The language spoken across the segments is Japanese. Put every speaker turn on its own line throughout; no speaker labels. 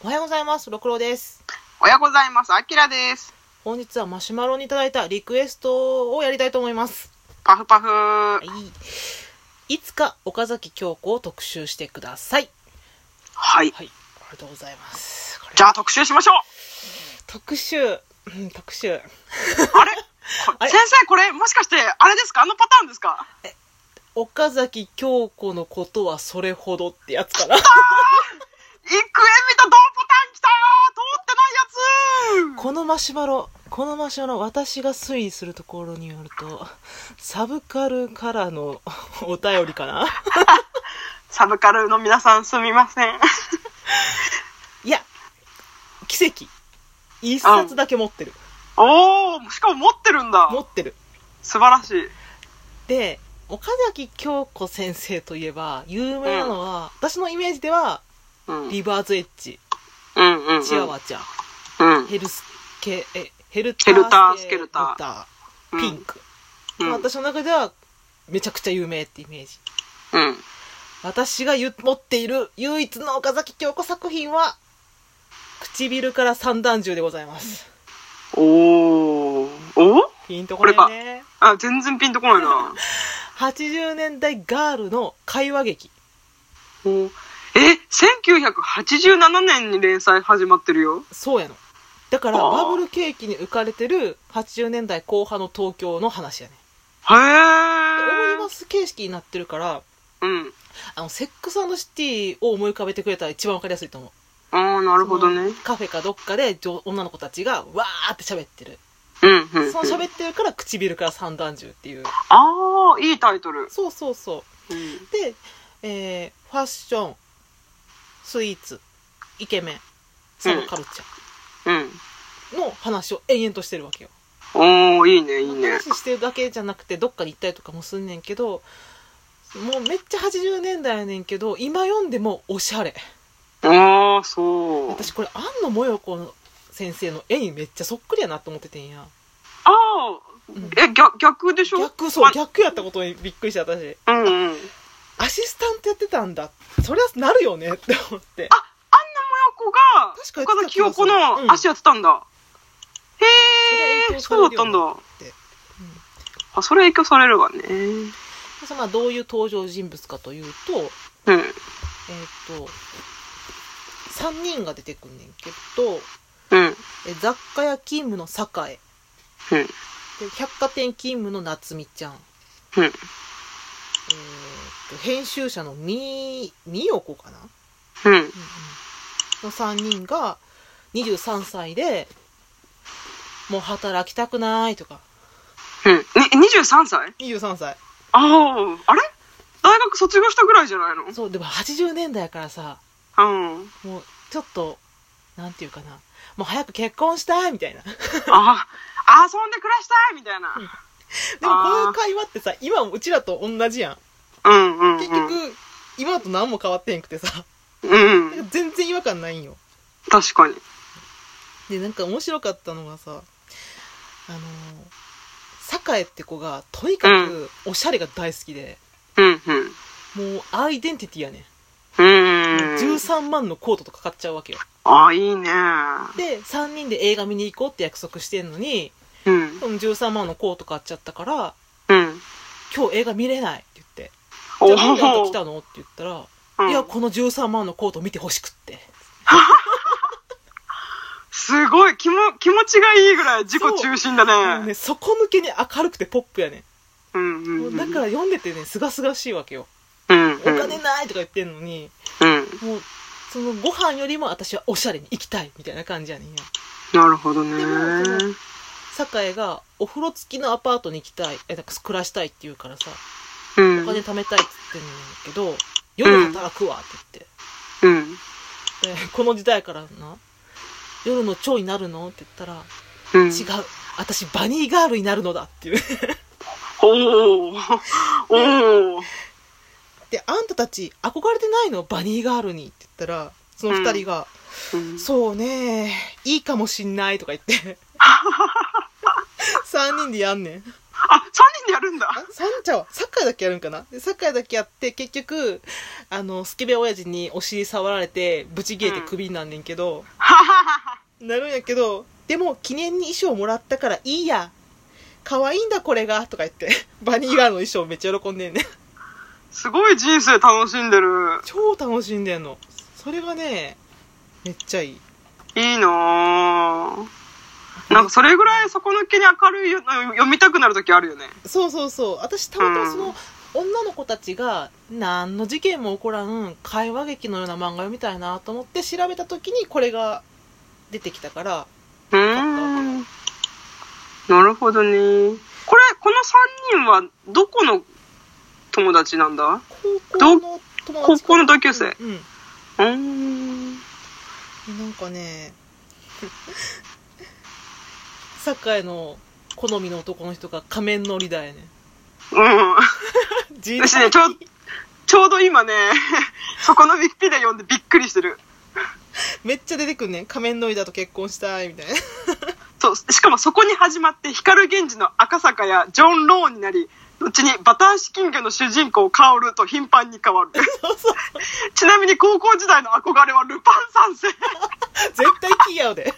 おはようございます。ろくろです。
おはようございます。あきらです。
本日はマシュマロにいただいたリクエストをやりたいと思います。
パフパフ。
は。
はい
いつか岡崎京子を特集してください。
い。
はい。ありがとうございます。これ
じゃあ特集しましょう。
特集。うん、特集。
あれこ
あれ
先生、これもしかして、あれですかあのパターンですか
岡崎京子のことはそれほどってやつかな。
イクエミと同パターン来たよ通ってないやつ
このマシュマロ、このマシュマロ、私が推理するところによると、サブカルからの お便りかな
サブカルの皆さんすみません。
いや、奇跡。一冊だけ持ってる。
おー、しかも持ってるんだ。
持ってる。
素晴らしい。
で、岡崎京子先生といえば、有名なのは、私のイメージでは、
うん。
リバーズエッジ、
うんうん、うん。
チワワちゃん、
うん。
ヘルスケ、え、ヘル
ヘルタースケル
タ
う
ー
ん
ピンク。
うん。うん。
私の中では、めちゃくちゃ有名ってイメージ。
うん。
私が言持っている唯一の岡崎京子作品は、唇から三段銃でございます。
おー。お
ピンとこれ
こ
ね。
あ、全然ピンとこな いな。
80年代ガールの会話劇。
おえ、1987年に連載始まってるよ。
そうやの。だから、
あ
バ
ー
ブル景気に浮かれてる80年代後半の東京の話やね。で
へ
オム
え
ニ。バス形式になってるから、
うん。
あの、セックスシティを思い浮かべてくれたら一番わかりやすいと思う。
ああ、なるほど
そ
ね
の。カフェかどっかで女女の子たちがわーって喋ってる。
うん、うん。
その
うん
喋ってるから唇から三段銃っていう。
ああ、いいタイトル。
そうそうそう。
うん。
で、えーファッションスイーツイケメンサブカルチャーの話を延々としてるわけよ、
うん。おー、いいね、いいね。
話してるだけじゃなくてどっかに行ったりとかもすんねんけどもうめっちゃ80年代やねんけど今読んでもおしゃれ
ああ、そう。
私これ庵野もよこの先生の絵にめっちゃそっくりやなと思っててんや
ああ
うん、
え、逆、逆でしょ
逆そう
逆。
逆やったことにびっくりした私
うんうん。あん
ア
なもや
シスタントやってたんだそりゃなるよねって思って
こが、
確かやってた
岡崎京子
うん
の足やってたんだ。へえ、
そ
そ
れ
うだ
は
っ
影響
た
され
ん
るよ
だ。あ、それ影響されるわね。
そのまあどういう登場人物かというと,、えー、
うん。
と3人が出てくんねんけど
うん。
え雑貨屋勤務の栄
うん。
で百貨店勤務の夏美ちゃん、え
うん。
ー、と編集者のみみよこかな、
うん。
の3人が23歳でもう働きたくないとか
うん。に、23歳
23歳
ああ、あれ大学卒業したぐらいじゃないの
そうでも80年代やからさ
うん。
もうちょっとなんていうかなもう早く結婚したいみた いな
ああ、遊んで暮らしたいみたいな。
でもこの会話ってさ今もうちらと同じやん
うんうん、うん。
結局、今と何も変わってへんくてさ
うんうん。
全然違和感ないんよ
確かに。
でなんか面白かったのがさあのー、栄って子がとにかくおしゃれが大好きで、
うんうん。
もうアイデンティティやね、
う。
もうん13万のコートとか買っちゃうわけよ
ああ、いいね。
で3人で映画見に行こうって約束してんのに
うん。
その13万のコート買っちゃったから
うん。
今日映画見れないって言って「
お
じ
お
ゃあなんであんた来たの?」って言ったら
う
いや、
ん、
この13万のコート見てほしくって。
すごい気も気持ちがいいぐらい自己中心だ
もう
ね
ね、底抜けに明るくてポップやね。
うんうん
も
うん
うだから読んでてね、すがすがしいわけよ。
うんうん、
お金ないとか言ってんのに、
うん
もう、そのご飯よりも私はおしゃれに行きたいみたいな感じやねんよ。
なるほどね
でもその酒井がお風呂付きのアパートに行きたい、え、なんか暮らしたいって言うからさ、
う
お
ん
金貯めたいって言ってんねんけど、夜働くわって言って。
うん
で、この時代からな、夜の蝶になるのって言ったら、
うん
違う、私バニーガールになるのだっていう。
おおおお
で、あんたたち憧れてないのバニーガールにって言ったら、その二人が、
うん
そうねいいか もしんないとか言って。三人でやんねん。
あ三人やるんだ。
サンちゃんはサッカーだけやるんかなでサッカーだけやって結局あのスケベ親父にお尻触られてブチ切れてクビになんねんけど、なるんやけどでも記念に衣装もらったからいいや可愛いんだこれがとか言ってバニーガールの衣装めっちゃ喜んでんねん
すごい人生楽しんでる。
超楽しんでんのそれがねめっちゃいい
いいなぁ。なんかそれぐらい底抜けに明るいの読みたくなるときあるよね。
そうそうそう私たまたまその女の子たちが何の事件も起こらん会話劇のような漫画読みたいなと思って調べた時にこれが出てきたから
うーん。なるほどね。これ、この3人はどこの友達なんだう
高校の友達
高校の同級生
うん、
ーん。
うんなんかねサッカーへの好みの男の人が仮面のリーダーやね
うん。
人
私ね、ちょ、ちょうど今ね、 そこのウィキペディア読んでびっくりしてる。
めっちゃ出てくんねん仮面のリーダーと結婚したいみたいな
そう、しかもそこに始まって、光源氏の赤坂やジョン・ローンになり、後にバター式金魚の主人公カオルと頻繁に変わる。
そうそう
ちなみに高校時代の憧れはルパン三世。
絶対気合うで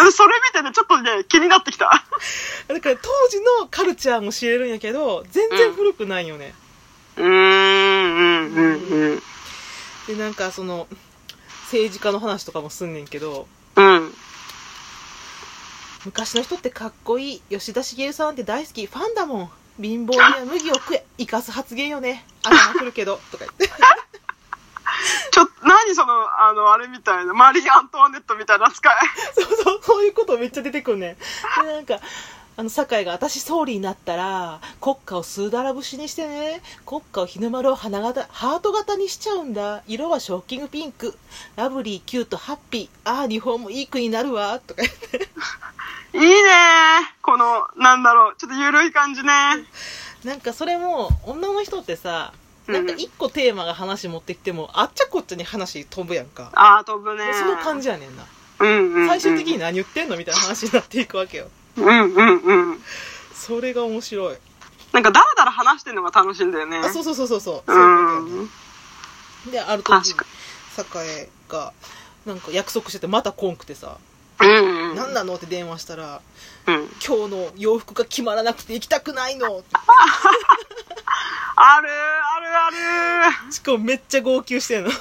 うんそれ見てね、ちょっとね、気になって きた。
だから当時のカルチャーも知れるんやけど全然古くないよね、
うん、うん、
うん
うん。
でなんかその政治家の話とかもすんねんけど
うん。
昔の人ってかっこいい吉田茂さんって大好きファンだもん貧乏には麦を食え生かす発言よね頭くるけどとか言って
ちょっと、何その、あの、あれみたいな、マリー・アントワネットみたいな扱い。
そうそう、そういうことめっちゃ出てくるね。で、なんか、あの、酒井が、私総理になったら、国家をスーダラ節にしてね、国家を日の丸を花形、ハート型にしちゃうんだ。色はショッキングピンク。ラブリー、キュート、ハッピー。ああ、日本もいい国になるわ。とか言って。
いいねこの、なんだろう、ちょっとゆるい感じね。
なんかそれも、女の人ってさ、
うん
なんか一個テーマが話持ってきても、あっちゃこっちゃに話飛ぶやんか。
あー、飛ぶね
もうその感じやねんな。
うん、うん。
最終的に何言ってんのみたいな話になっていくわけよ。
うん、うん、うん。
それが面白い。
なんかダラダラ話してるのが楽しいんだよね。
あ、そうそうそうそうそう。
う
そういうことよね
ん。
である時
確か
栄がなんか約束しててまた来んくてさ「
うんうん。
何なの?」って電話したら
うん。
「今日の洋服が決まらなくて行きたくないの」って
あるある
しかもめっちゃ号泣してんの
あ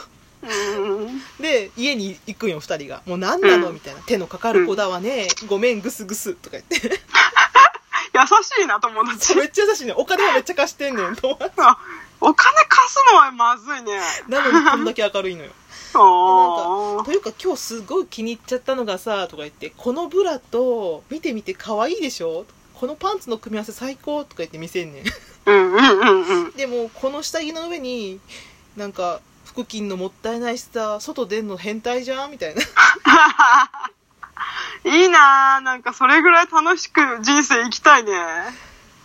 るうん。
で家に行くんよ2人が「もう何なの?」
うん
みたいな「手のかかる子だわねごめんグスグス」とか言って
優しいな、友達。
めっちゃ優しいねお金はめっちゃ貸してん ねんと思って
あお金貸すのはまずいね。
なのにこんだけ明るいの よ
おー。
というか今日すごい気に入っちゃったのがさとか言ってこのブラと見てみて可愛いでしょこのパンツの組み合わせ最高とか言って見せんねん
うんうんうんうん。
でもこの下着の上になんか腹筋のもったいないしさ外出んの変態じゃんみたいな
いいなーなんかそれぐらい楽しく人生生きたいね。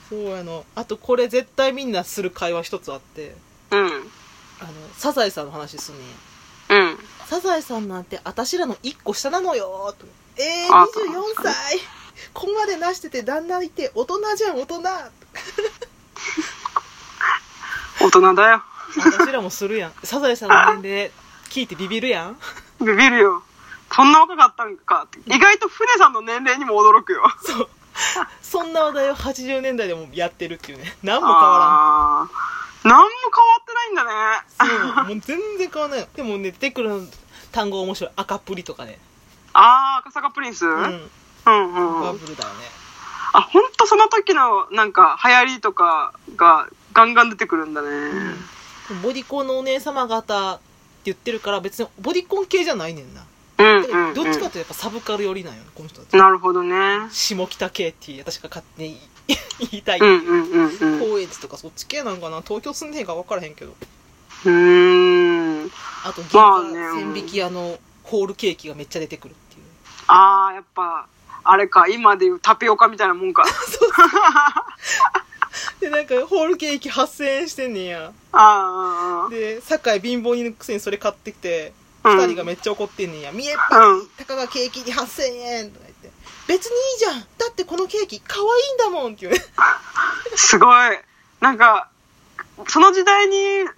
そうあのあとこれ絶対みんなする会話一つあって
うん。
あのサザエさんの話すんねん
うん。
サザエさんなんて私らの一個下なのよとえー、
あ
24歳ここまでなしてて旦那いて大人じゃん大人
大人だよ。
私らもするやんサザエさんの年齢聞いてビビるやん
ビビるよ。そんな若かったんかって。意外と船さんの年齢にも驚くよ。
そうそんな話題を80年代でもやってるっていうね何も変わらん
あー何も変わってないんだね。
そうもう全然変わらないでもね出てくる単語面白い赤プリとかね
あー、赤坂プリンス、う、
うんん
うん
バ
うん。
ブルだよね
あ、ほんとその時のなんか流行りとかがガンガン出てくるんだね。
ボディコンのお姉様方って言ってるから別にボディコン系じゃないねんな
うん
だ
う
け
ん、う
ど
ん。
どっちかというとやっぱサブカル寄りなんよねこの人たち
なるほどね。
下北系っていう私が勝手に言いたい
うんうんうんうん。う
高円寺とかそっち系なんかな東京住んでへんか分からへんけど
ーん。
あと銀
まあね
座千匹屋のホールケーキがめっちゃ出てくるっていう
あー、やっぱ、あれか、今でいうタピオカみたいなもんか。
でなんかホールケーキ8000円してんねんや
あー
で酒井貧乏人のくせにそれ買ってきて
う
二
ん
人がめっちゃ怒ってんねんや「見えっ
あ
ぱ
ー、うん。
たかがケーキに8000円」とか言って「別にいいじゃんだってこのケーキ可愛いんだもん」って言うね
すごい。なんか、その時代に、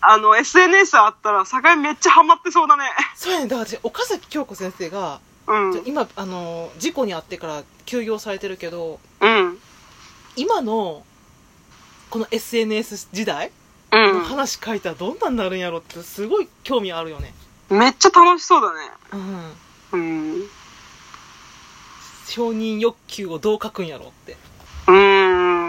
あの、SNS あったら、境めっちゃハマってそうだね。
そうやねだから私岡崎京子先生が、
うん。う
ちょ今あの事故に遭ってから休業されてるけど
ん。
今のこの SNS 時代
う
の話書いたらどんなんなるんやろってすごい興味あるよね
ん。めっちゃ楽しそうだね。
うん
うん。う
承認欲求をどう書くんやろって
ーん。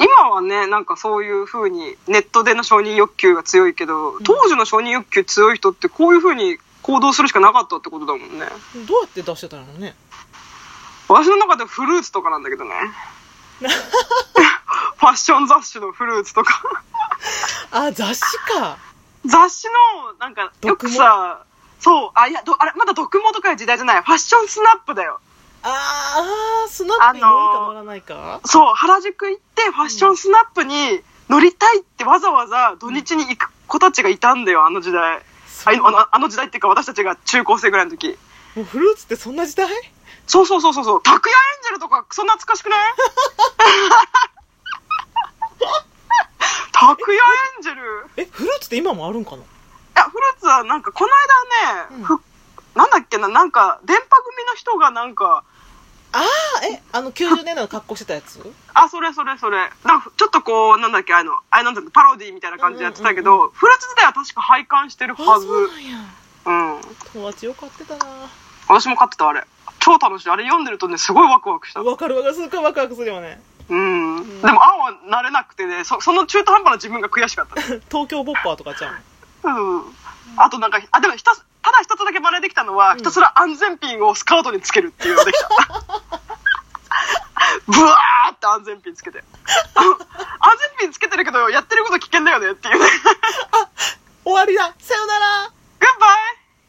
今はね、なんかそういう風に、ネットでの承認欲求が強いけど、当時の承認欲求強い人ってこういう風に行動するしかなかったってことだもんね。
どうやって出してたのね
私の中ではフルーツとかなんだけどね。ファッション雑誌のフルーツとか。
あ雑誌か
雑誌の、なんか、よくさ、そう、あ、いや、どあれ、まだ読モとかいう時代じゃない。ファッションスナップだよ。
あーあースナップに乗るか乗らないか、
そう、原宿行って、ファッションスナップに乗りたいってわざわざ土日に行く子たちがいたんだよ、あの時代。あいあのあの時代っていうか、私たちが中高生ぐらいの時。
もうフルーツってそんな時代
そうそうそうそうそう、拓也エンジェルとか、クソ懐かしくない拓也エンジェル。
えフルーツって今もあるんかない
や、フルーツはなんか、この間ね、
うん
ふなんだっけな、なんか、電波組の人がなんか、
ああえあの90年代の格好してたや つ
あ、それそれそれ。なんか、ちょっとこう、なんだっけ、あの、あれなんだっけ、パロディみたいな感じでやってたけど、
うんう
フルーツ自体は確か拝観してるはず。
そうなんや
うん。
友達よかってたな
私も買ってた、あれ。超楽しい。あれ読んでるとね、すごいワクワクした。うん。
わかるわかるすっごいワクワクするよね ん
でも、青は慣れなくてね、そその中途半端な自分が悔しかった。
東京ボッパーとかちゃうん
うん。あとなんか、あ、でもひたす、ただ一つだけ真似できたのは、
ん
ひたすら安全ピンをスカートにつけるっていうのが できた。ブワーって安全ピンつけて。あ安全ピンつけてるけど、やってること危険だよねっていうね。
終わりださよなら